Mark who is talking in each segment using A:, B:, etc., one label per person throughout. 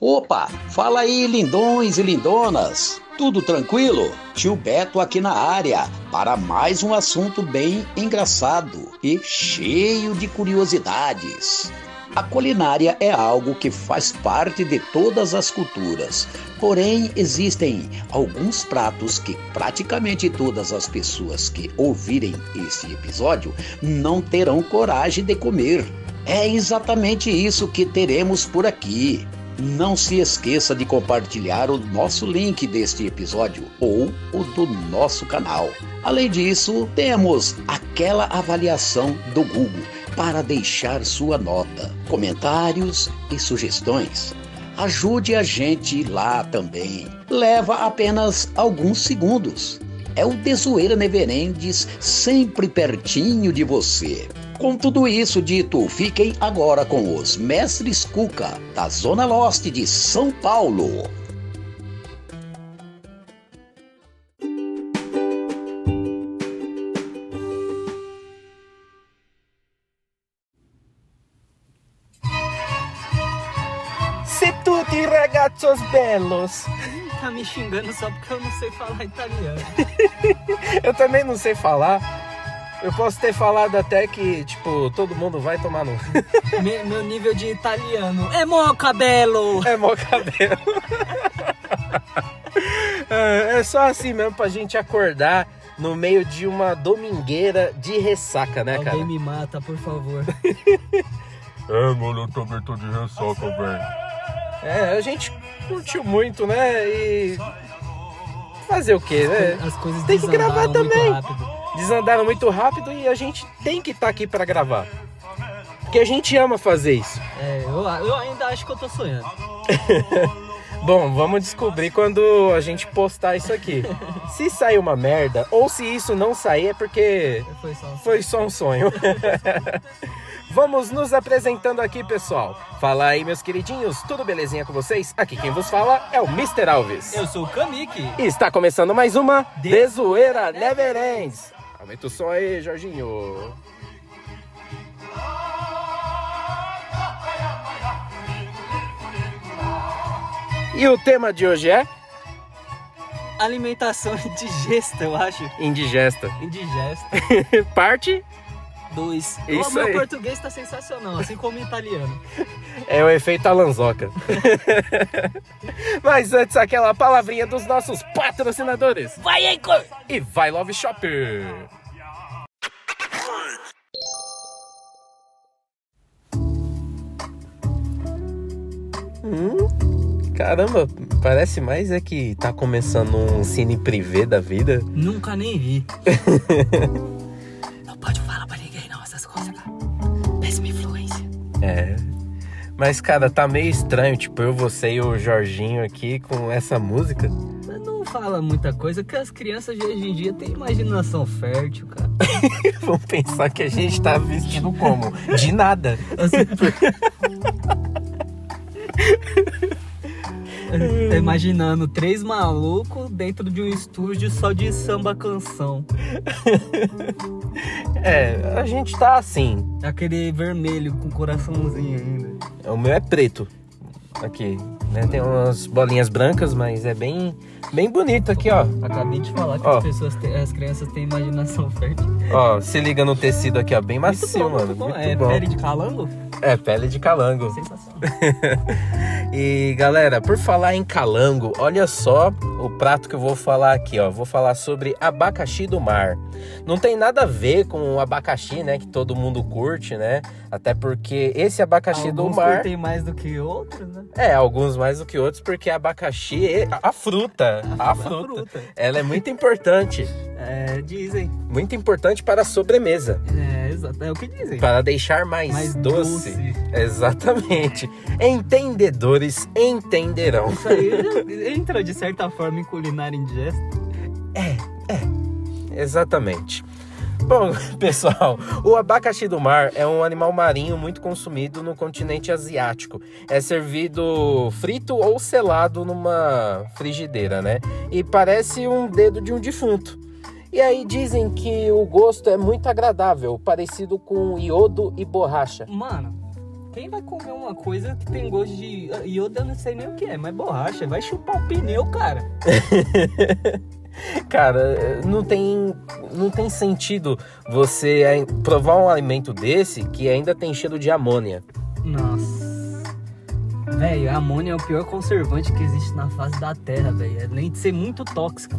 A: Opa, fala aí lindões e lindonas. Tudo tranquilo? Tio Beto aqui na área para mais um assunto bem engraçado e cheio de curiosidades. A culinária é algo que faz parte de todas as culturas, porém existem alguns pratos que praticamente todas as pessoas que ouvirem esse episódio não terão coragem de comer. É exatamente isso que teremos por aqui. Não se esqueça de compartilhar o nosso link deste episódio ou o do nosso canal. Além disso, temos aquela avaliação do Google para deixar sua nota, comentários e sugestões. Ajude a gente lá também. Leva apenas alguns segundos. É o De Zoeira Neverendes sempre pertinho de você. Com tudo isso dito, fiquem agora com os Mestres Cuca, da Zona Leste de São Paulo.
B: Se tutti ragazzos bellos.
C: Tá me xingando só porque eu não sei falar italiano.
B: Eu também não sei falar. Eu posso ter falado até que, tipo, todo mundo vai tomar no.
C: Me- meu nível de italiano é mó cabelo.
B: É mó cabelo. É é só assim mesmo pra gente acordar no meio de uma domingueira de ressaca, né, cara?
C: Alguém me mata, por favor.
D: É, mano, eu também tô de ressaca, velho.
B: É, a gente curtiu muito, né? E. Fazer o quê, né?
C: As coisas
B: Tem que
C: desandaram
B: gravar
C: muito
B: também.
C: rápido.
B: desandaram muito rápido e a gente tem que estar aqui pra gravar. Porque a gente ama fazer isso.
C: É, eu, eu ainda acho que eu tô sonhando.
B: Bom, vamos descobrir quando a gente postar isso aqui. Se sair uma merda, ou se isso não sair, é porque
C: Foi só.
B: foi só um sonho. Vamos nos apresentando aqui, pessoal. Fala aí, meus queridinhos, tudo belezinha com vocês? Aqui quem vos fala é o Mr. Alves.
C: Eu sou o Kamiki.
B: E está começando mais uma
C: De-
B: De Zoeira Never Ends. Aumenta o som aí, Jorginho. E o tema de hoje é
C: Alimentação indigesta, eu acho.
B: indigesta.
C: Indigesta.
B: Parte
C: Dois.
B: Isso
C: o meu
B: aí.
C: português tá sensacional, assim como o italiano.
B: é o efeito Alanzoca. Mas antes, aquela palavrinha dos nossos patrocinadores.
C: Vai, Anchor!
B: E vai Love Shopper. Hum, caramba, parece mais é que tá começando um cine privê da vida.
C: Nunca nem vi. não pode falar pra ninguém, não, essas coisas, cara. Péssima influência.
B: É. Mas, cara, tá meio estranho, tipo, eu, você e o Jorginho aqui com essa música.
C: Mas não fala muita coisa, porque as crianças de hoje em dia têm imaginação fértil, cara.
B: Vão pensar que a gente tá vestido como? De nada.
C: Assim, Tá imaginando três malucos dentro de um estúdio só de samba canção.
B: É, a gente tá assim,
C: Aquele vermelho com coraçãozinho ainda.
B: O meu é preto. Aqui, né? Tem umas bolinhas brancas, mas é bem, bem bonito aqui, ó.
C: Acabei de falar que
B: Ó.
C: as pessoas, têm- as crianças têm imaginação fértil.
B: Ó, se liga no tecido aqui, ó, bem macio, mano. Muito
C: é
B: bom.
C: pele de calango?
B: É pele de calango.
C: Sensacional.
B: E galera, por falar em calango, olha só o prato que eu vou falar aqui, ó. Vou falar sobre abacaxi do mar. Não tem nada a ver com o abacaxi, né, que todo mundo curte, né? Até porque esse abacaxi do
C: Alguns
B: mar
C: curtem mais do que outros, né?
B: É, alguns mais do que outros, porque abacaxi é a fruta. A fruta. Ela é muito importante.
C: É, dizem.
B: Muito importante para a sobremesa.
C: É, exato. É o que dizem.
B: Para deixar mais,
C: Mais
B: doce. Exatamente. Entendedores entenderão.
C: Isso aí entra de certa forma em culinária indigesta.
B: Exatamente. Bom, pessoal, o abacaxi do mar é um animal marinho muito consumido no continente asiático. É servido frito ou selado numa frigideira, né? E parece um dedo de um defunto. E aí dizem que o gosto é muito agradável, parecido com iodo e borracha.
C: Mano, Quem vai comer uma coisa que tem gosto de iodo, eu não sei nem o que é, mas borracha, vai chupar o pneu, cara.
B: Cara, não tem, não tem sentido você ai- provar um alimento desse que ainda tem cheiro de amônia.
C: Nossa. Velho, a amônia é o pior conservante que existe na face da Terra, velho. Além de ser muito tóxico.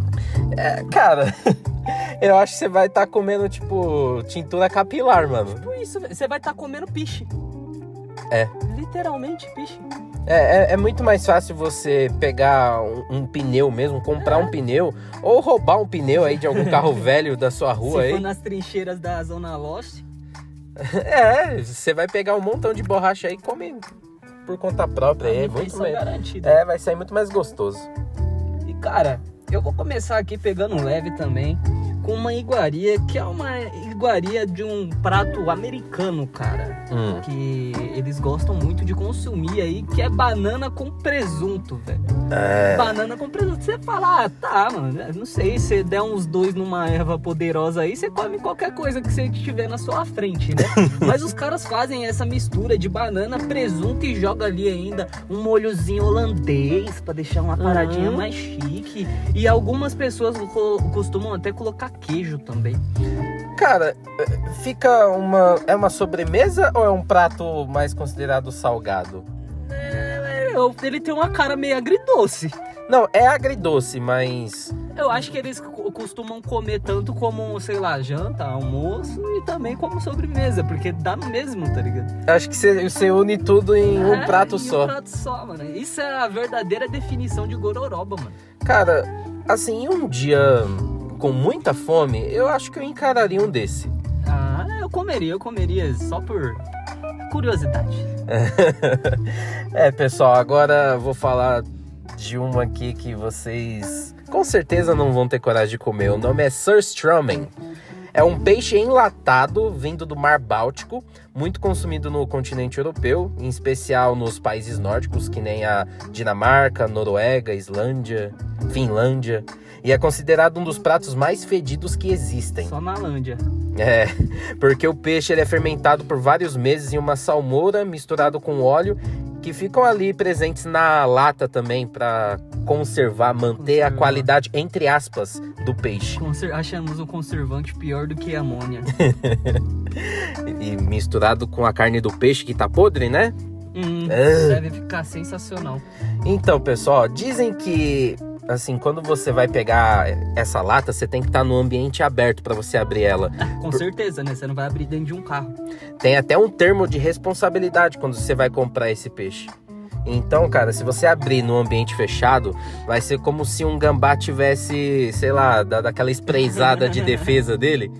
B: É, cara, eu acho que você vai estar comendo, tipo, tintura capilar, mano.
C: Por isso, velho, você vai estar comendo piche.
B: É.
C: Literalmente piche.
B: É, é- é muito mais fácil você pegar um, um pneu mesmo, comprar um pneu, ou roubar um pneu aí de algum carro velho da sua rua
C: Se
B: aí.
C: for nas trincheiras da Zona Lost,
B: É, você vai pegar um montão de borracha aí e come por conta própria. É, muito
C: nutrição
B: melhor.
C: garantida.
B: É, vai sair muito mais gostoso.
C: E cara, eu vou começar aqui pegando leve também com uma iguaria que é uma iguaria de um prato americano, cara,
B: Hum.
C: que eles gostam muito de consumir aí, que é banana com presunto, velho. Banana com presunto. Você fala, ah, tá, mano, eu não sei, você der uns dois numa erva poderosa aí, você come qualquer coisa que você tiver na sua frente, né? Mas os caras fazem essa mistura de banana, presunto e joga ali ainda um molhozinho holandês pra deixar uma paradinha
B: Uhum.
C: mais chique. E algumas pessoas co- costumam até colocar queijo também.
B: Cara, eh, fica uma. É uma sobremesa ou é um prato mais considerado salgado?
C: É, eu- Ele tem uma cara meio agridoce.
B: Não, é agridoce, mas.
C: Eu acho que eles co- costumam comer tanto como, sei lá, janta, almoço e também como sobremesa, porque dá no mesmo, tá ligado?
B: Acho que você você une tudo em um
C: É,
B: prato
C: em
B: só.
C: Um prato só, mano. Isso é a verdadeira definição de gororoba, mano.
B: Cara, assim, em um dia com muita fome, eu acho que eu encararia um desse.
C: Ah, eu comeria, eu comeria só por curiosidade.
B: É, pessoal, agora vou falar de uma aqui que vocês com certeza não vão ter coragem de comer. O nome é Surströmming. É um peixe enlatado vindo do Mar Báltico, muito consumido no continente europeu, em especial nos países nórdicos, que nem a Dinamarca, Noruega, Islândia, Finlândia, e é considerado um dos pratos mais fedidos que existem.
C: Só na Lândia.
B: É, porque o peixe ele é fermentado por vários meses em uma salmoura misturado com óleo que ficam ali presentes na lata também para conservar, manter a
C: Conservar.
B: qualidade entre aspas do peixe
C: Conser- Achamos um conservante pior do que amônia.
B: e misturado com a carne do peixe que tá podre, né?
C: Hum,
B: É.
C: deve ficar sensacional.
B: Então, pessoal, dizem que assim, quando você vai pegar essa lata, você tem que estar no ambiente aberto para você abrir ela.
C: Com certeza, né? Você não vai abrir dentro de um carro.
B: Tem até um termo de responsabilidade quando você vai comprar esse peixe. Então, cara, se você abrir num ambiente fechado, vai ser como se um gambá tivesse, sei lá, da, daquela espreizada de defesa dele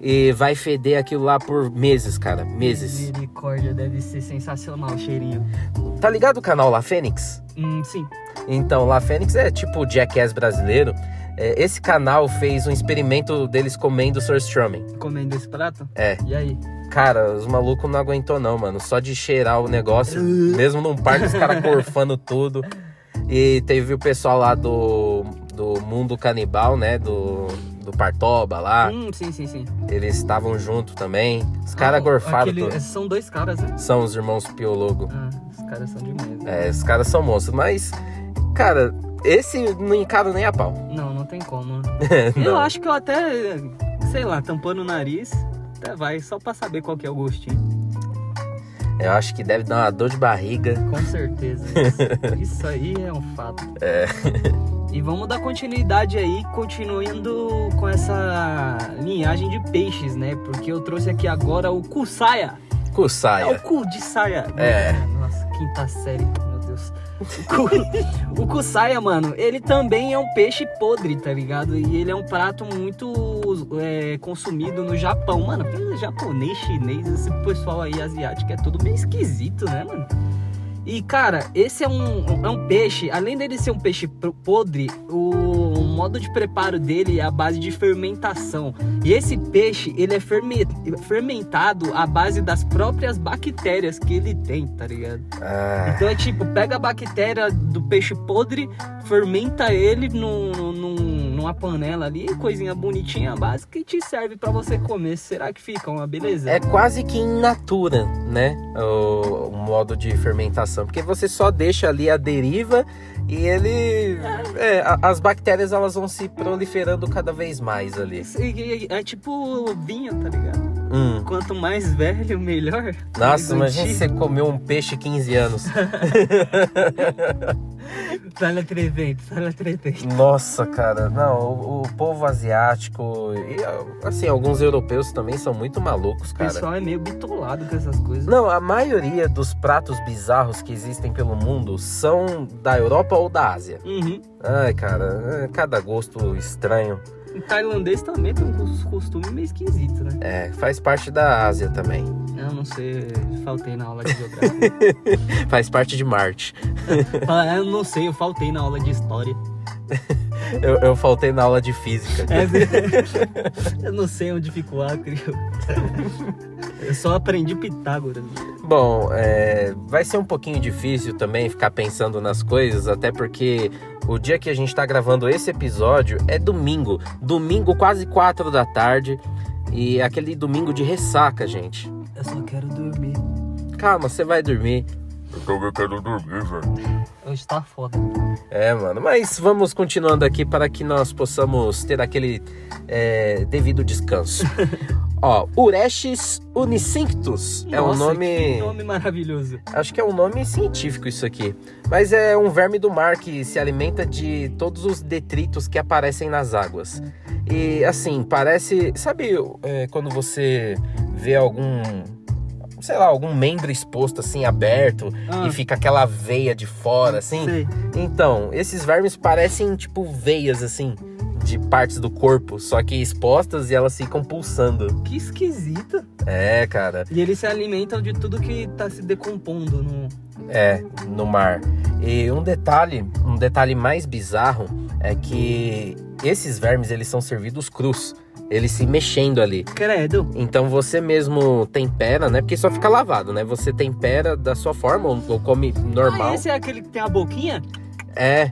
B: e vai feder aquilo lá por meses, cara, meses.
C: Misericórdia, deve ser sensacional o cheirinho.
B: Tá ligado o canal La Fênix?
C: Hum, sim.
B: Então, La Fênix é tipo o Jackass brasileiro. É, Esse canal fez um experimento deles comendo surströmming.
C: Comendo esse prato?
B: É.
C: E aí?
B: Cara, os malucos não aguentou não, mano. Só de cheirar o negócio, mesmo num parque, os caras gorfando tudo. E teve o pessoal lá do, do Mundo Canibal, né? Do, do Partoba lá.
C: Hum, sim, sim, sim.
B: Eles estavam junto também. Ah. Os caras
C: Ah,
B: gorfaram
C: aquele-
B: tudo.
C: São dois caras, né?
B: São os irmãos Piologo.
C: Ah, os caras são demais. né?
B: É, os caras são monstros. Mas, cara, esse não encara nem a pau.
C: Não, não tem como. Eu
B: Não.
C: acho que eu até, sei lá, tampando o nariz, até vai, só pra saber qual que é o gostinho.
B: Eu acho que deve dar uma dor de barriga.
C: Com certeza. Isso, isso aí é um fato.
B: É.
C: E vamos dar continuidade aí, continuando com essa linhagem de peixes, né? Porque eu trouxe aqui agora o cusaia. É o
B: Cusaia.
C: cu de saia.
B: É.
C: Nossa, quinta série, meu Deus. O cu- O cuçaia, mano, ele também é um peixe podre, tá ligado? E ele é um prato muito é, consumido no Japão. Mano, pelo japonês, chinês, esse pessoal aí asiático é tudo meio esquisito, né, mano? E, cara, esse é um, é um peixe, além dele ser um peixe pro- podre, o modo de preparo dele é a base de fermentação. E esse peixe, ele é ferme- fermentado à base das próprias bactérias que ele tem, tá ligado?
B: Ah,
C: Então é tipo, pega a bactéria do peixe podre, fermenta ele num, num, num uma panela ali, coisinha bonitinha, básica, e te serve pra você comer. Será que fica uma beleza?
B: É quase que in natura, né? O, o modo de fermentação. Porque você só deixa ali a deriva e ele. é, a- as bactérias elas vão se proliferando cada vez mais ali.
C: Isso, e- e- É tipo vinho, tá ligado?
B: Hum.
C: Quanto mais velho, melhor.
B: Nossa,
C: mas
B: imagina você comeu um peixe 15 anos.
C: Fala 300, fala 300.
B: Nossa, cara, não, o, o povo asiático e assim, alguns europeus também são muito malucos,
C: O
B: cara.
C: pessoal é meio bitolado com essas coisas.
B: Não, a maioria dos pratos bizarros que existem pelo mundo são da Europa ou da Ásia.
C: Uhum.
B: Ai, cara, é cada gosto estranho.
C: O tailandês também tem uns costumes meio esquisitos, né?
B: É, faz parte da Ásia também.
C: Eu não sei, faltei na aula de geografia.
B: Faz parte de Marte.
C: Ah, Eu não sei, eu faltei na aula de história.
B: Eu, eu faltei na aula de física.
C: eu não sei onde fica o Acre. Eu só aprendi Pitágoras.
B: Bom, é, vai ser um pouquinho difícil também ficar pensando nas coisas, até porque o dia que a gente tá gravando esse episódio é domingo. Domingo, quase quatro da tarde. E é aquele domingo de ressaca, gente.
C: Eu só quero dormir.
B: Calma, você vai dormir.
D: Eu também quero dormir, velho.
C: Hoje tá foda.
B: É, mano, mas vamos continuando aqui para que nós possamos ter aquele é, devido descanso. Ó, Urestes unicinctus é um
C: Nossa,
B: nome.
C: Que nome maravilhoso.
B: Acho que é um nome científico isso aqui. Mas é um verme do mar que se alimenta de todos os detritos que aparecem nas águas. E assim, parece. Sabe é, quando você vê algum. Sei lá, algum membro exposto assim, aberto,
C: Ah,
B: e fica aquela veia de fora, assim?
C: sei.
B: Então, esses vermes parecem tipo veias assim. De partes do corpo, só que expostas e elas ficam pulsando.
C: Que esquisita.
B: É, cara.
C: E eles se alimentam de tudo que tá se decompondo no.
B: É, no mar. E um detalhe, um detalhe mais bizarro é que esses vermes eles são servidos crus, eles se mexendo ali.
C: Credo.
B: Então você mesmo tempera, né? Porque só fica lavado, né? Você tempera da sua forma ou, ou come normal.
C: Ah, esse é aquele que tem a boquinha?
B: É.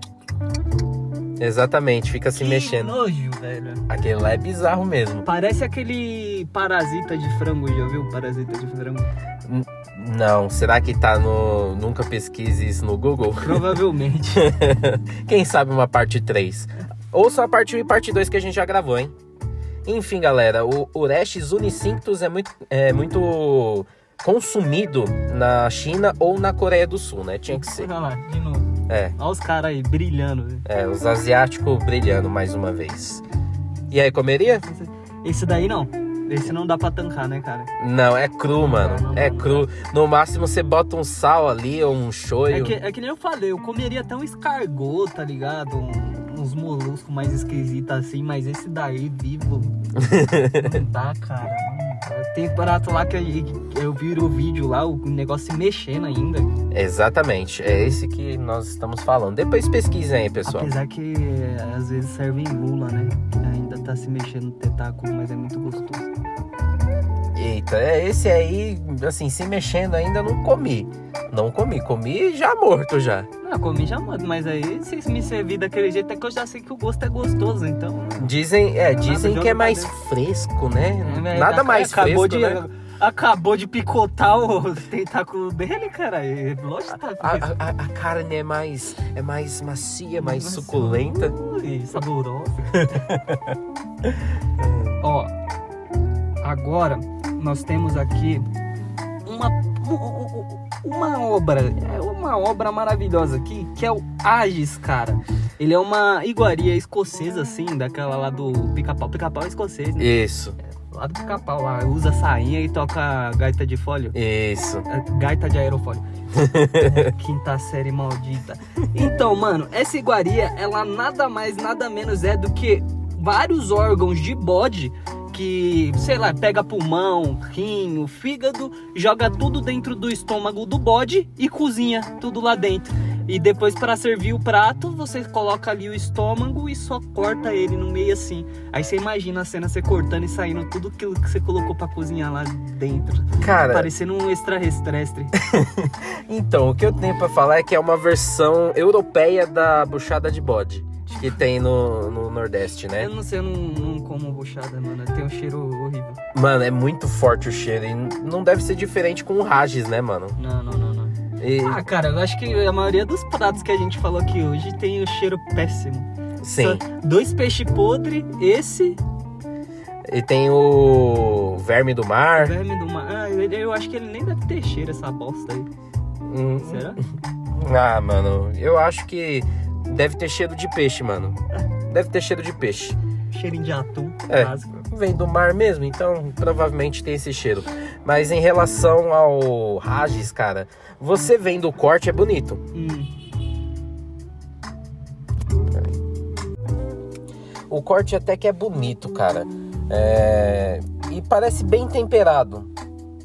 B: Exatamente, fica se
C: que
B: mexendo.
C: nojo, velho.
B: Aquele lá é bizarro mesmo.
C: Parece aquele parasita de frango, já viu? Parasita de frango.
B: Não, será que tá no. Nunca pesquise isso no Google?
C: Provavelmente.
B: Quem sabe uma parte 3. Ouça a parte 1 e parte 2 que a gente já gravou, hein? Enfim, galera, o Orestes unicinctus é muito, é muito consumido na China ou na Coreia do Sul, né? Tinha que ser.
C: Olha lá, de novo.
B: É,
C: Olha os caras aí, brilhando. velho.
B: é os asiáticos brilhando mais uma vez. E aí, comeria?
C: Esse daí não. Esse não dá pra tancar, né, cara?
B: Não, é cru, mano. É cru. No máximo você bota um sal ali ou um
C: É
B: shoyu.
C: que, é que nem eu falei, eu comeria até um escargot, tá ligado? Um- uns moluscos mais esquisitos assim, mas esse daí vivo. não dá, cara. não dá. Tem prato lá que eu, eu vi o vídeo lá, o negócio se mexendo ainda.
B: Exatamente. É esse que nós estamos falando. Depois pesquisem aí, pessoal.
C: Apesar que é, às vezes servem lula, né? Ainda tá se mexendo no tentáculo, mas é muito gostoso.
B: Eita, é, esse aí, assim, se mexendo ainda, não comi. Não comi, comi já morto já.
C: Não, eu comi já mando, é mas aí se me servir daquele jeito é que eu já sei que o gosto é gostoso, então.
B: Dizem, é,
C: Nada,
B: dizem
C: joga
B: que é
C: pra
B: mais
C: dentro.
B: fresco, né?
C: né,
B: Nada
C: tá-
B: mais fresco,
C: acabou de,
B: né?
C: Acabou de picotar o tentáculo dele, cara. e Lógico que tá
B: A,
C: fresco.
B: a- a carne é mais, é mais macia, mais
C: Nossa,
B: suculenta.
C: ui, saborosa. Ó, agora nós temos aqui uma, uma obra, é uma obra maravilhosa aqui, que é o Agis, cara. Ele é uma iguaria escocesa, assim, daquela lá do pica-pau. Pica-pau é escocês, né?
B: Isso,
C: Lá do pica-pau, lá usa sainha e toca gaita de fólio.
B: isso.
C: É, Gaita de aerofólio. Quinta série maldita. Então, mano, essa iguaria, ela nada mais, nada menos é do que vários órgãos de bode que, sei lá, pega pulmão, rim, o fígado, joga tudo dentro do estômago do bode e cozinha tudo lá dentro. E depois, pra servir o prato, você coloca ali o estômago e só corta ele no meio assim. Aí você imagina a cena você cortando e saindo tudo aquilo que você colocou pra cozinhar lá dentro.
B: Cara,
C: Parecendo um extraterrestre.
B: então, o que eu tenho pra falar é que é uma versão europeia da buchada de bode. que tem no, no Nordeste, né?
C: Eu não sei, eu não, não como buchada, mano. Tem um cheiro horrível.
B: Mano, é muito forte o cheiro. E não deve ser diferente com o Ragis, né, mano?
C: Não, não, não, não.
B: E-
C: Ah, cara, eu acho que a maioria dos pratos que a gente falou aqui hoje tem o cheiro péssimo.
B: sim.
C: Só dois peixes podre, esse,
B: E tem o Verme do Mar.
C: verme do mar. Ah, eu, eu acho que ele nem deve ter cheiro essa bosta aí.
B: Hum,
C: Será?
B: Ah, mano, eu acho que deve ter cheiro de peixe, mano. Deve ter cheiro de peixe.
C: Cheirinho de atum,
B: É.
C: básico.
B: Vem do mar mesmo, então provavelmente tem esse cheiro. Mas em relação ao Ragis, cara, você vendo o corte é bonito.
C: Hum,
B: O corte até que é bonito, cara. É, E parece bem temperado.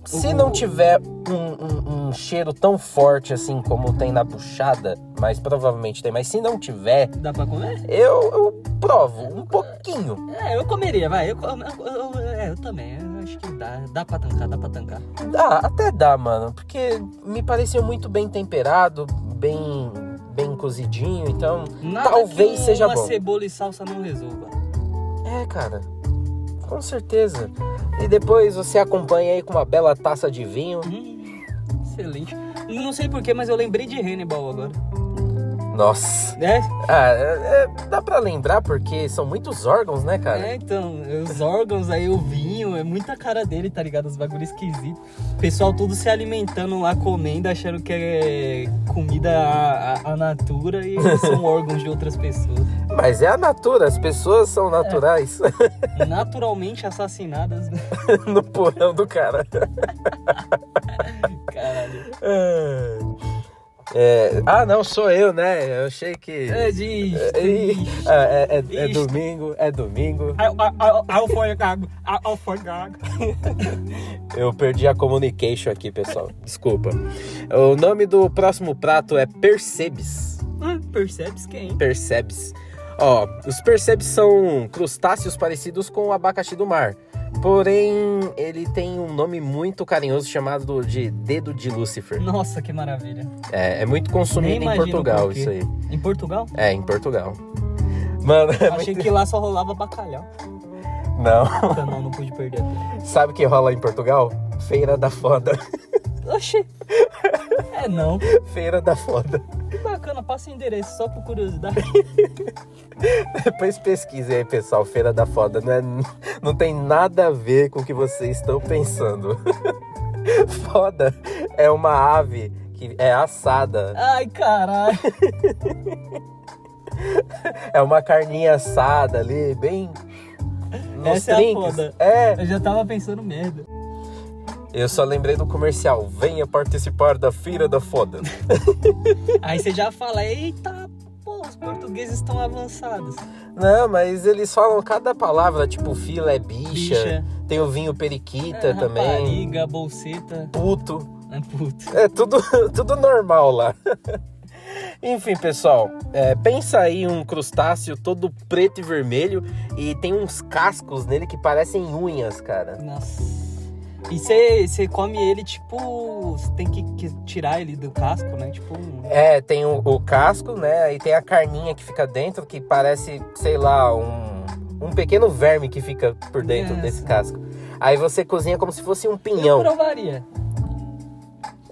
B: Se não tiver um, um- um cheiro tão forte assim como tem na puxada, mas provavelmente tem, mas se não tiver,
C: dá pra comer?
B: eu- eu provo um pouquinho.
C: É, eu comeria, vai. Eu, com- eu- eu- é, eu também. Eu acho que dá. Dá pra tancar, dá pra tancar.
B: Dá, Ah, até dá, mano. Porque me pareceu muito bem temperado, bem, bem cozidinho, então.
C: Nada
B: Talvez
C: que
B: seja
C: uma
B: bom.
C: cebola e salsa não resolva.
B: É, cara. Com certeza. E depois você acompanha aí com uma bela taça de vinho.
C: Hum, excelente. Não sei porquê, mas eu lembrei de Hannibal agora.
B: Nossa.
C: Né?
B: Ah, é- é- dá pra lembrar porque são muitos órgãos, né, cara?
C: É, então, os órgãos aí, o vinho, é muita cara dele, tá ligado? Os bagulho esquisito. O pessoal tudo se alimentando lá, comendo, achando que é comida à, à- à natura e são órgãos de outras pessoas.
B: Mas é a natura, as pessoas são naturais
C: É. Naturalmente assassinadas. né?
B: no porão do cara.
C: Caralho.
B: É, Ah, não, sou eu, né? Eu achei que.
C: É de.
B: Ih, É, é- é- é
C: Ixi.
B: domingo, é domingo.
C: Alforgado. Alforgado.
B: Eu perdi a communication aqui, pessoal. Desculpa. O nome do próximo prato é Percebes.
C: Ah, Percebes quem?
B: Percebes. Ó, os percebes são crustáceos parecidos com o abacaxi do mar. Porém, ele tem um nome muito carinhoso chamado de dedo de Lúcifer.
C: Nossa, que maravilha.
B: É, é muito consumido
C: Nem
B: em
C: imagino
B: Portugal
C: por quê.
B: isso aí.
C: Em Portugal?
B: É, em Portugal. Mano, é
C: Achei
B: muito...
C: que lá só rolava bacalhau.
B: Não.
C: Então não, não pude perder.
B: Sabe o que rola em Portugal? Feira da foda.
C: Oxi. É não.
B: Feira da foda.
C: Que bacana, passa o endereço só por curiosidade.
B: Depois pesquise aí, pessoal, Feira da Foda, não, é, não tem nada a ver com o que vocês estão pensando. Foda é uma ave que é assada,
C: Ai, caralho.
B: é uma carninha assada ali, bem nos
C: Essa é a
B: trinques.
C: foda.
B: É,
C: Eu já tava pensando merda.
B: eu só lembrei do comercial, venha participar da Feira da Foda.
C: Aí você já fala, eita, pô, os portugueses estão avançados.
B: Não, mas eles falam cada palavra, tipo fila é bicha,
C: Bicha.
B: tem o vinho periquita
C: É,
B: também,
C: Rapariga, bolseta.
B: puto.
C: É puto.
B: É tudo, tudo normal lá. Enfim, pessoal, é, pensa aí um crustáceo todo preto e vermelho e tem uns cascos nele que parecem unhas, cara.
C: Nossa. E você você come ele, tipo, você tem que, que tirar ele do casco, né? Tipo, um-
B: É, tem o, o casco, né? Aí tem a carninha que fica dentro que parece, sei lá, um, um pequeno verme que fica por dentro
C: Nossa.
B: desse casco. Aí você cozinha como se fosse um
C: eu
B: pinhão.
C: provaria.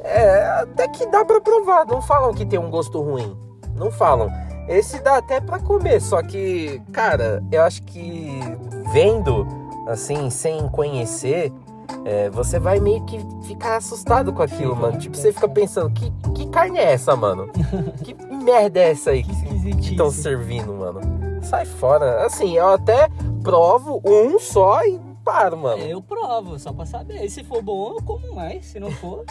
B: É, até que dá pra provar. Não falam que tem um gosto ruim. Não falam. Esse dá até pra comer, só que, cara, eu acho que vendo, assim, sem conhecer, é, você vai meio que ficar assustado com aquilo,
C: Fica,
B: mano.
C: né?
B: Tipo, você fica pensando, que, que carne é essa, mano? que merda é essa aí
C: Que
B: que
C: esquisitice.
B: estão servindo, mano? Sai fora. Assim, eu até provo um só e paro, mano.
C: Eu provo, só pra saber. E se for bom, eu como mais. Se não for,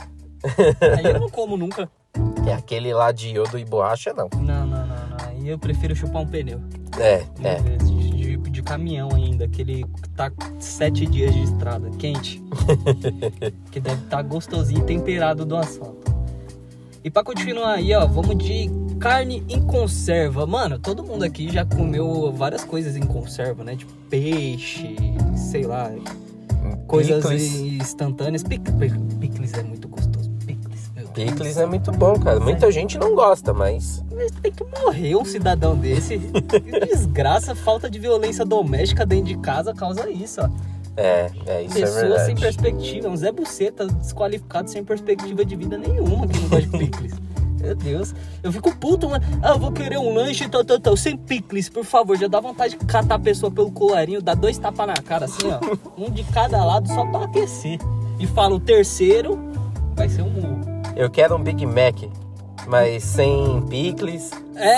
C: aí eu não como nunca.
B: É aquele lá de iodo e borracha, não.
C: Não, não, não, não. Aí eu prefiro chupar um pneu.
B: É, é.
C: Às vezes, De, de caminhão ainda, aquele que tá sete dias de estrada, quente. que deve estar tá gostosinho e temperado do asfalto. E pra continuar aí, ó, vamos de carne em conserva. Mano, todo mundo aqui já comeu várias coisas em conserva, né? Tipo peixe, sei lá, coisas
B: Picles.
C: instantâneas. Pic- pic- Picles é muito gostoso. Picles, meu
B: picles é muito bom, cara. Muita gente não gosta, mas.
C: Mas tem que morrer um cidadão desse. Que Desgraça, falta de violência doméstica dentro de casa causa isso, ó.
B: É, é isso é
C: Pessoas
B: verdade.
C: sem perspectiva, um Zé Buceta desqualificado sem perspectiva de vida nenhuma que não gosta de picles. Meu Deus, eu fico puto, mano. Ah, eu vou querer um lanche, tal, tal, tal, sem picles, por favor. Já dá vontade de catar a pessoa pelo colarinho, dar dois tapas na cara, assim, ó. Um de cada lado, só pra aquecer. E fala o terceiro, vai ser um murro.
B: Eu quero um Big Mac, mas sem picles,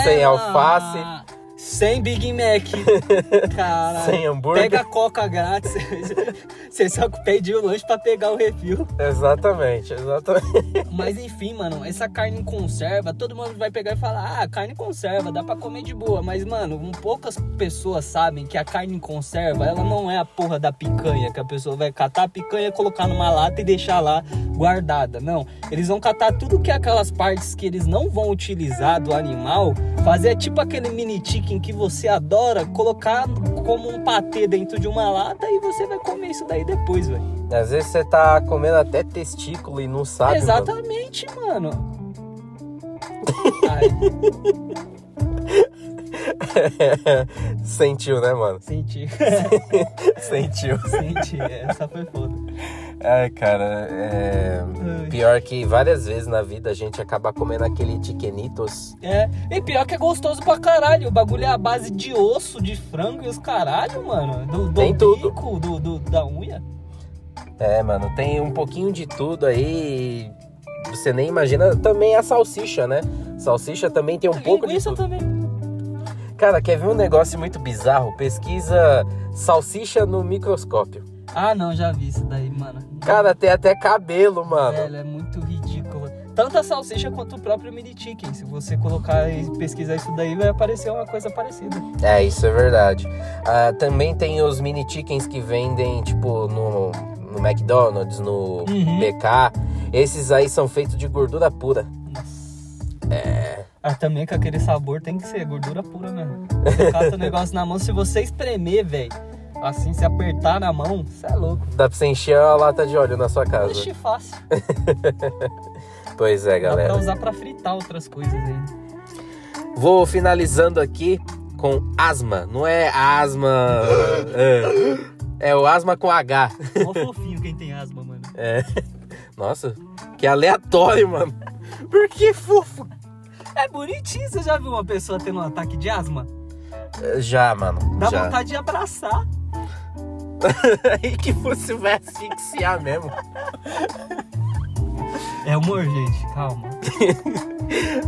B: sem alface,
C: ah, Sem Big Mac. Caralho.
B: sem hambúrguer.
C: Pega a coca grátis. Você só pediu o lanche pra pegar o refil.
B: Exatamente, exatamente.
C: Mas enfim, mano, essa carne em conserva, todo mundo vai pegar e falar: ah, carne em conserva, dá pra comer de boa. Mas, mano, um- poucas pessoas sabem que a carne em conserva, ela não é a porra da picanha, que a pessoa vai catar a picanha, colocar numa lata e deixar lá guardada. Não. Eles vão catar tudo que é aquelas partes que eles não vão utilizar do animal, fazer tipo aquele mini chicken que você adora, colocar como um patê dentro de uma lata e você vai comer isso daí depois, velho.
B: Às vezes você tá comendo até testículo e não sabe. mano.
C: Exatamente, mano. Ai,
B: Sentiu, né, mano?
C: senti,
B: Sentiu.
C: senti. Essa foi foda.
B: Ai, cara, é.
C: Ai.
B: Pior que várias vezes na vida a gente acaba comendo aquele chiquenitos.
C: É, e pior que é gostoso pra caralho. O bagulho é a base de osso, de frango e os caralho, mano. Do, do
B: Tem tudo.
C: bico, do, do- da unha.
B: É, mano, tem um pouquinho de tudo aí. Você nem imagina. Também a salsicha, né? Salsicha também tem um pouco de
C: Linguiça tá-
B: tudo.
C: também.
B: Cara, quer ver um negócio muito bizarro? Pesquisa salsicha no microscópio.
C: Ah, não, já vi isso daí, mano.
B: Cara, tem até cabelo, mano.
C: Velho, é muito ridículo. Tanto a salsicha quanto o próprio mini chicken. Se você colocar e pesquisar isso daí, vai aparecer uma coisa parecida.
B: É, isso é verdade. Ah, também tem os mini chickens que vendem, tipo, no, no McDonald's, no
C: Uhum.
B: BK. Esses aí são feitos de gordura pura. É.
C: Ah, também com aquele sabor tem que ser gordura pura mesmo. Você cata o negócio na mão, se você espremer, velho, assim, se apertar na mão, você é louco.
B: Dá pra você encher a lata de óleo na sua casa.
C: Oxe, fácil.
B: Pois é,
C: Dá pra
B: galera.
C: usar pra fritar outras coisas aí.
B: Vou finalizando aqui com asma. Não é asma. é, é o asma com H.
C: Mó fofinho quem tem asma, mano.
B: É. Nossa, que aleatório, mano. Por que fofo?
C: É bonitinho, você já viu uma pessoa tendo um ataque de asma?
B: Já, mano.
C: Dá
B: já.
C: vontade de abraçar.
B: E que você vai asfixiar mesmo.
C: É humor, gente, calma.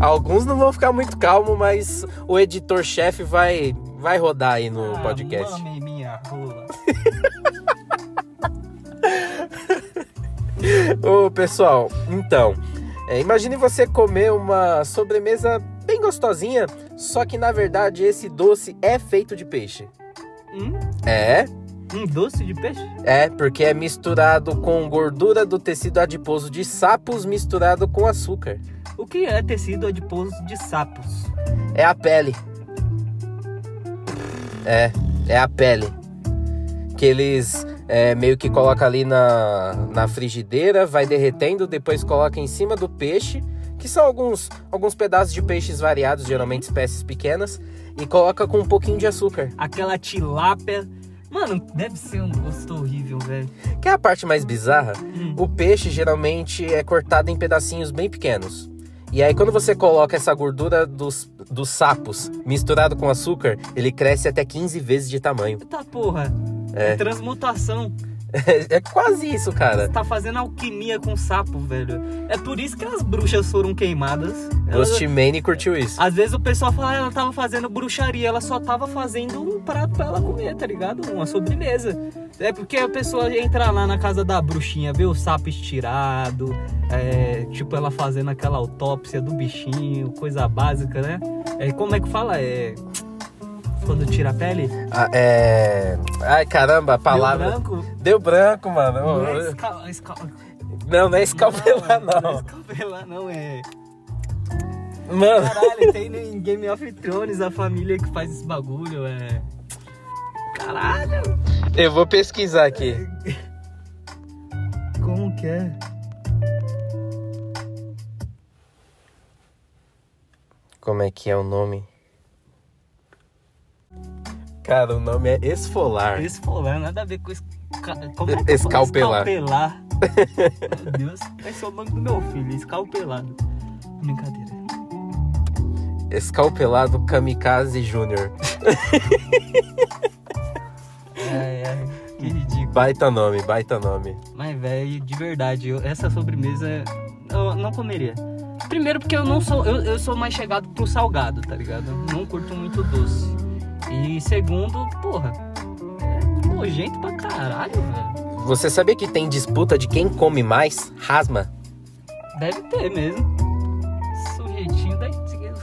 B: Alguns não vão ficar muito calmo, mas o editor-chefe vai, vai rodar aí no
C: Ah,
B: podcast.
C: Mame minha rola.
B: Ô, pessoal, então, é, imagine você comer uma sobremesa bem gostosinha, só que na verdade esse doce é feito de peixe.
C: Hum?
B: É,
C: Um doce de peixe?
B: é, porque é misturado com gordura do tecido adiposo de sapos misturado com açúcar.
C: O que é tecido adiposo de sapos?
B: É a pele. É, é a pele. Que eles é, meio que colocam ali na, na frigideira, vai derretendo, depois coloca em cima do peixe, que são alguns, alguns pedaços de peixes variados, geralmente espécies pequenas, e coloca com um pouquinho de açúcar.
C: Aquela tilápia. Mano, deve ser um gosto horrível, velho.
B: Que é a parte mais bizarra.
C: Hum.
B: O peixe geralmente é cortado em pedacinhos bem pequenos. E aí, quando você coloca essa gordura dos, dos sapos misturado com açúcar, ele cresce até 15 vezes de tamanho.
C: Eita porra.
B: É.
C: Transmutação.
B: É, é quase isso, cara.
C: Você tá fazendo alquimia com sapo, velho. É por isso que as bruxas foram queimadas. Elas-
B: Ghostmane curtiu isso.
C: Às vezes o pessoal fala, ah, ela tava fazendo bruxaria, ela só tava fazendo um prato pra ela comer, tá ligado? Uma sobremesa. É porque a pessoa entra lá na casa da bruxinha, vê o sapo estirado, é, tipo ela fazendo aquela autópsia do bichinho, coisa básica, né? É, como é que fala? É. Quando tira a pele?
B: Ah, é... Ai, caramba, a palavra.
C: Deu branco?
B: Deu branco, mano.
C: Não é esca- esca-
B: Não, não é escalpelar,
C: Não é
B: não.
C: escapelar, não, é.
B: Mano,
C: Caralho, tem em Game of Thrones a família que faz esse bagulho, é. Caralho!
B: eu vou pesquisar aqui.
C: Como que é?
B: Como é que é o nome? Cara, o nome é esfolar.
C: Esse polar nada a ver com esse. Como é que eu falo?
B: Escalpelar.
C: Escalpelar. Meu Deus, esse é o nome do meu filho, escalpelado. Brincadeira.
B: Escalpelado Kamikaze Júnior.
C: Ai, ai, É, que ridículo.
B: Baita nome, baita nome.
C: Mas, velho, de verdade, eu- essa sobremesa eu não comeria. Primeiro porque eu não sou. Eu, eu sou mais chegado pro salgado, tá ligado? Eu Não curto muito doce. E segundo, porra, é nojento pra caralho, velho.
B: Você sabia que tem disputa de quem come mais? Rasma.
C: Deve ter mesmo. Sujeitinho, daí,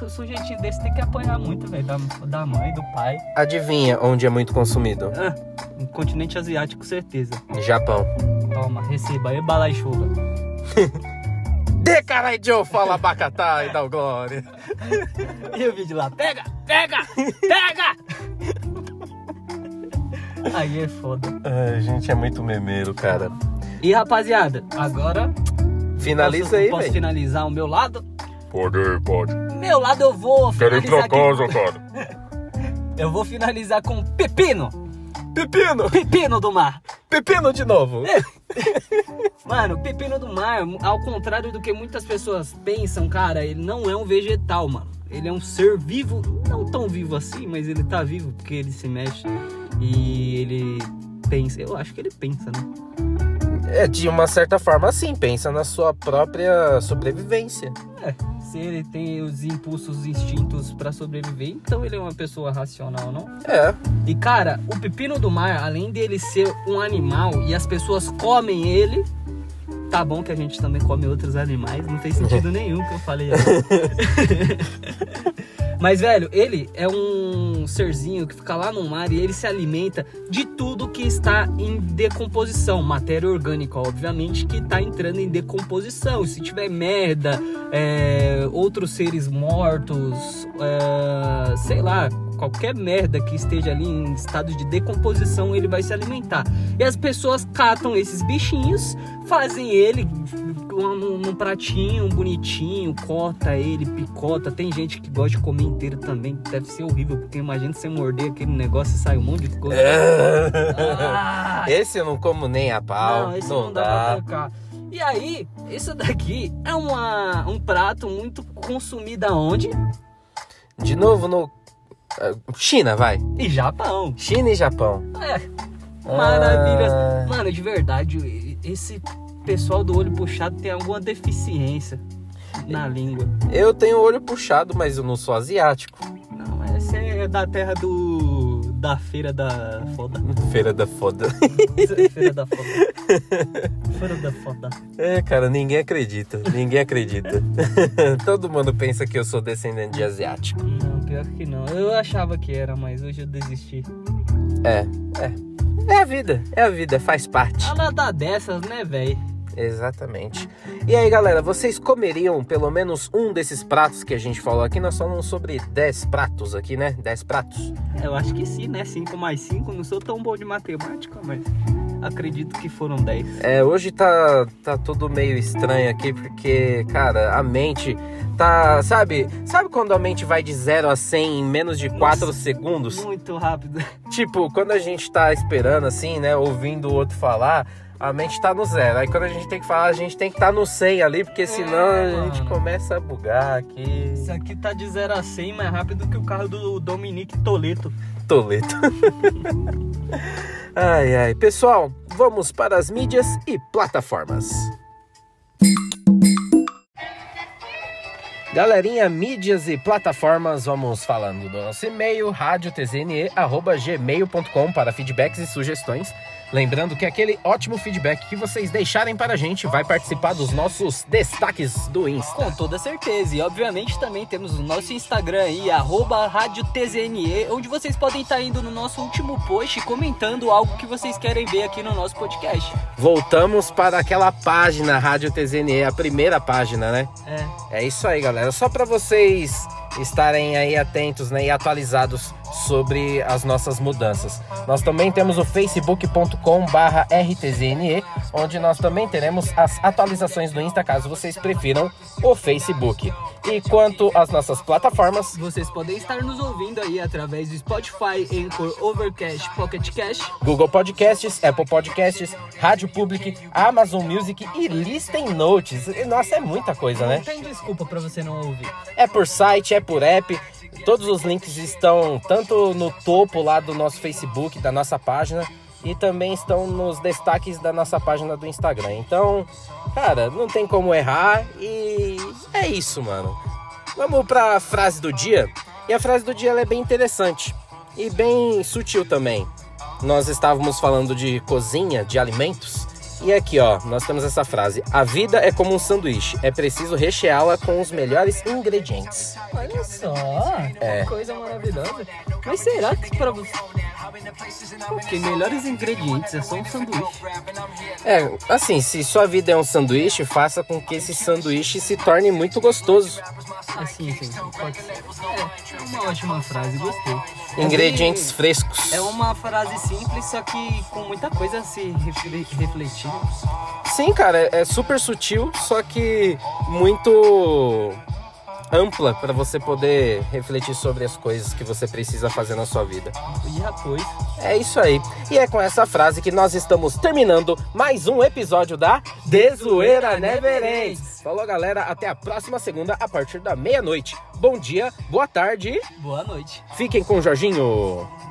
C: sujeitinho desse tem que apanhar muito, velho. Da, da mãe, do pai.
B: Adivinha onde é muito consumido?
C: Ah, um continente asiático, certeza.
B: Japão.
C: Toma, receba aí bala e chuva.
B: De carai Joe, fala abacatá e dá o glória.
C: E o vídeo lá, pega, pega, pega! Aí é foda.
B: Ai, gente, é muito memeiro, cara.
C: E rapaziada, agora
B: Finaliza
C: posso,
B: aí,
C: posso
B: velho.
C: finalizar o meu lado?
D: Pode ir, pode.
C: Meu lado eu vou
D: Quero ir
C: finalizar
D: pra
C: aqui-
D: casa, cara.
C: Eu vou finalizar com pepino,
B: Pepino!
C: pepino do mar.
B: Pepino de novo!
C: Mano, pepino do mar, ao contrário do que muitas pessoas pensam, cara, ele não é um vegetal, mano. Ele é um ser vivo, não tão vivo assim, mas ele tá vivo porque ele se mexe e ele pensa. Eu acho que ele pensa, né?
B: É, de uma certa forma, sim. Pensa na sua própria sobrevivência.
C: É, se ele tem os impulsos, instintos pra sobreviver, então ele é uma pessoa racional, não?
B: É.
C: E cara, o pepino do mar, além dele ser um animal e as pessoas comem ele, tá bom que a gente também come outros animais, não fez sentido nenhum que eu falei. agora. Mas velho, ele é um serzinho que fica lá no mar e ele se alimenta de tudo que está em decomposição, matéria orgânica, obviamente, que tá entrando em decomposição. Se tiver merda, é, outros seres mortos, é, sei lá, qualquer merda que esteja ali em estado de decomposição, ele vai se alimentar. E as pessoas catam esses bichinhos, fazem ele num, num pratinho bonitinho, corta ele, picota. Tem gente que gosta de comer inteiro também, deve ser horrível, porque imagina você morder aquele negócio e sai um monte de coisa.
D: É.
C: Ah,
B: Esse eu não como nem a pau.
C: não, esse não, dá, pra trocar. E aí, isso daqui é uma, um prato muito consumido aonde?
B: De novo no. ah, China, vai.
C: E Japão.
B: China e Japão.
C: É, maravilhas.
B: Ah,
C: Mano, de verdade, esse pessoal do olho puxado tem alguma deficiência na língua.
B: eu tenho o olho puxado, mas eu não sou asiático.
C: Não, essa é da terra do... da feira da foda. é
B: Feira da foda.
C: feira da foda. Feira da foda.
B: É, cara, ninguém acredita. Ninguém acredita. Todo mundo pensa que eu sou descendente de asiático.
C: Não, pior que não. Eu achava que era, mas hoje eu desisti.
B: É, é. É a vida, é a vida, faz parte.
C: Ah, nada dessas, né, velho?
B: Exatamente. E aí, galera, vocês comeriam pelo menos um desses pratos que a gente falou aqui? Nós falamos sobre 10 pratos aqui, né? 10 pratos.
C: Eu acho que sim, né? 5 mais 5, não sou tão bom de matemática, mas acredito que foram 10.
B: É, hoje tá, tá tudo meio estranho aqui, porque, cara, a mente tá. Sabe? Sabe quando a mente vai de 0 a 100 em menos de 4 segundos?
C: Muito rápido.
B: Tipo, quando a gente tá esperando, assim, né? Ouvindo o outro falar, a mente tá no zero. Aí quando a gente tem que falar, a gente tem que tá no 100 ali, porque senão a gente
C: mano.
B: começa a bugar aqui.
C: Isso aqui tá de 0 a 100 mais rápido que o carro do Dominique Toleto.
B: Toledo. ai, ai. Pessoal, vamos para as mídias e plataformas. Galerinha, mídias e plataformas, vamos falando do nosso e-mail, radiotzne.gmail.com para feedbacks e sugestões. Lembrando que aquele ótimo feedback que vocês deixarem para a gente vai participar dos nossos destaques do Insta.
C: Com toda certeza. E obviamente também temos o nosso Instagram aí, arroba Rádio TZNE, onde vocês podem estar indo no nosso último post comentando algo que vocês querem ver aqui no nosso podcast.
B: Voltamos para aquela página, Rádio TZNE, a primeira página, né?
C: É.
B: É isso aí, galera. Só pra vocês estarem aí atentos né, e atualizados sobre as nossas mudanças. Nós também temos o facebook.com/rtzne, onde nós também teremos as atualizações do Insta, caso vocês prefiram o Facebook. E quanto às nossas plataformas,
C: Vocês podem estar nos ouvindo aí através do Spotify, Anchor, Overcast, Pocket Cash.
B: Google Podcasts, Apple Podcasts, Rádio Public, Amazon Music e Listen Notes. E, Nossa, é muita coisa, né?
C: Não tem desculpa pra você não ouvir.
B: É por site, é por app. Todos os links estão tanto no topo lá do nosso Facebook, da nossa página, e também estão nos destaques da nossa página do Instagram. Então, cara, não tem como errar e é isso, mano. Vamos pra frase do dia. E a frase do dia ela é bem interessante e bem sutil também. Nós estávamos falando de cozinha, de alimentos, e aqui, ó, nós temos essa frase: A vida é como um sanduíche, é preciso recheá-la com os melhores ingredientes.
C: Olha só,
B: É.
C: que coisa maravilhosa. Mas será que pra você... Porque é? melhores ingredientes é só um sanduíche.
B: É, assim, se sua vida é um sanduíche, faça com que esse sanduíche se torne muito gostoso.
C: Assim, sim, sim, pode ser. É, é uma ótima frase, gostei.
B: Ingredientes
C: É
B: frescos.
C: bem- É uma frase simples, só que com muita coisa a se refle- refletir.
B: Sim, cara, é é super sutil, só que muito ampla para você poder refletir sobre as coisas que você precisa fazer na sua vida.
C: E rapaz,
B: É isso aí. E é com essa frase que nós estamos terminando mais um episódio da Desoeira Neverends. Falou, galera. Até a próxima segunda, a partir da meia-noite. Bom dia, boa tarde.
C: boa noite.
B: Fiquem com o Jorginho.